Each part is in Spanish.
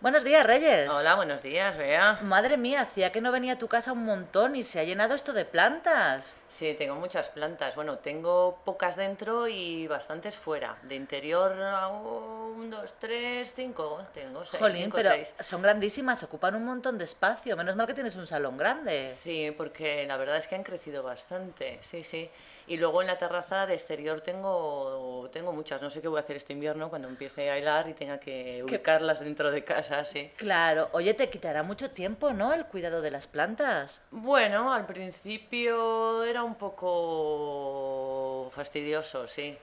Buenos días, Reyes. Hola, buenos días, Bea. Madre mía, hacía que no venía a tu casa un montón y se ha llenado esto de plantas. Sí, tengo muchas plantas. Bueno, tengo pocas dentro y bastantes fuera. De interior, ah, un, dos, tres, cinco. Tengo seis, Jolín, cinco, pero seis. son grandísimas, ocupan un montón de espacio. Menos mal que tienes un salón grande. Sí, porque la verdad es que han crecido bastante. Sí, sí. Y luego en la terraza de exterior tengo, tengo muchas. No sé qué voy a hacer este invierno cuando empiece a hilar y tenga que ubicarlas dentro de casa, sí. Claro, oye, te quitará mucho tiempo, ¿no? El cuidado de las plantas. Bueno, al principio era un poco fastidioso, sí.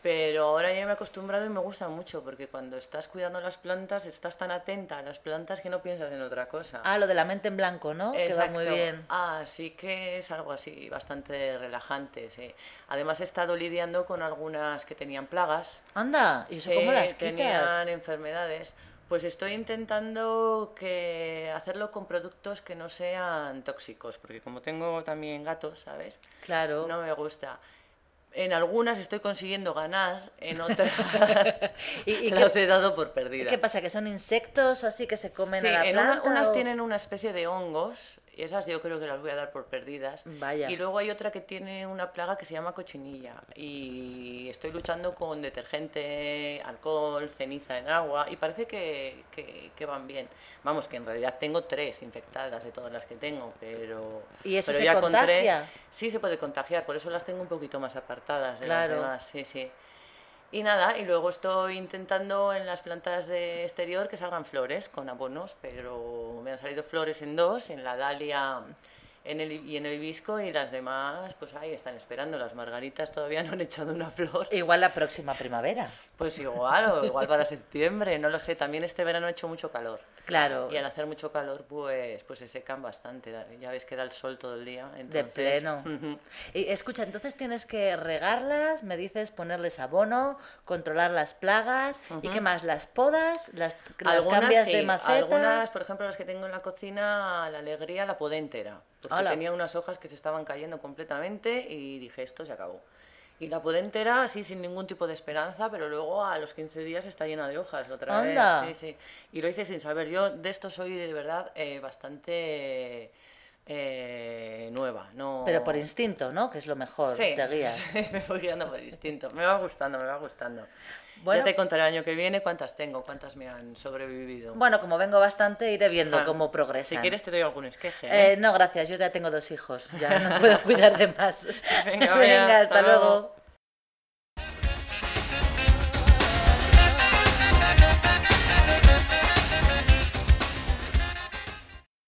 Pero ahora ya me he acostumbrado y me gusta mucho, porque cuando estás cuidando las plantas, estás tan atenta a las plantas que no piensas en otra cosa. Ah, lo de la mente en blanco, ¿no? Que va muy Exacto. bien. Así que es algo así bastante relajante, sí. Además he estado lidiando con algunas que tenían plagas. Anda, ¿y eso Sí, cómo las quitas? tenían enfermedades. Pues estoy intentando que hacerlo con productos que no sean tóxicos, porque como tengo también gatos, ¿sabes? Claro. No me gusta. En algunas estoy consiguiendo ganar, en otras ¿Y- y las qué- he dado por perdida. ¿Qué pasa? ¿Que son insectos o así que se comen Sí, a la en una- planta? unas o- tienen una especie de hongos, y esas yo creo que las voy a dar por perdidas. Vaya. Y luego hay otra que tiene una plaga que se llama cochinilla. Y estoy luchando con detergente, alcohol, ceniza en agua, y parece que, que- que van bien. Vamos, que en realidad tengo tres infectadas de todas las que tengo, pero. ¿Y eso pero se ya con tres- contagia? sí, se puede contagiar, por eso las tengo un poquito más apartadas de Claro. las demás, sí, sí. Y nada, y luego estoy intentando en las plantas de exterior que salgan flores con abonos, pero me han salido flores en dos, en la dalia en el, y en el hibisco, y las demás, pues ahí están esperando. Las margaritas todavía no han echado una flor. Igual la próxima primavera. Pues igual, o igual para septiembre, no lo sé. También este verano ha hecho mucho calor. Claro. Y al hacer mucho calor, pues, pues se secan bastante. Ya ves que da el sol todo el día. De entonces- pleno. Ujú. Y escucha, entonces tienes que regarlas, me dices ponerles abono, controlar las plagas y qué más, las podas, las, las cambias de sí, maceta. Algunas, por ejemplo, las que tengo en la cocina, la alegría la podé entera. Porque Ala. tenía unas hojas que se estaban cayendo completamente y dije, esto se acabó. Y la podé entera, así, sin ningún tipo de esperanza, pero luego a los 15 días está llena de hojas otra Anda. vez. Sí, sí. Y lo hice sin saber. Yo de esto soy de verdad eh, bastante eh, nueva. No... Pero por instinto, ¿no? Que es lo mejor, Sí, te guías. sí, me voy guiando por instinto. Me va gustando, me va gustando. Bueno. ya te contaré el año que viene cuántas tengo, cuántas me han sobrevivido. Bueno, como vengo bastante, iré viendo Ajá. cómo Si progresan. quieres te doy algún esqueje. ¿eh? Eh, no, gracias, yo ya tengo dos hijos, ya no puedo cuidar de más. Venga, Bea, Venga, hasta hasta luego. luego.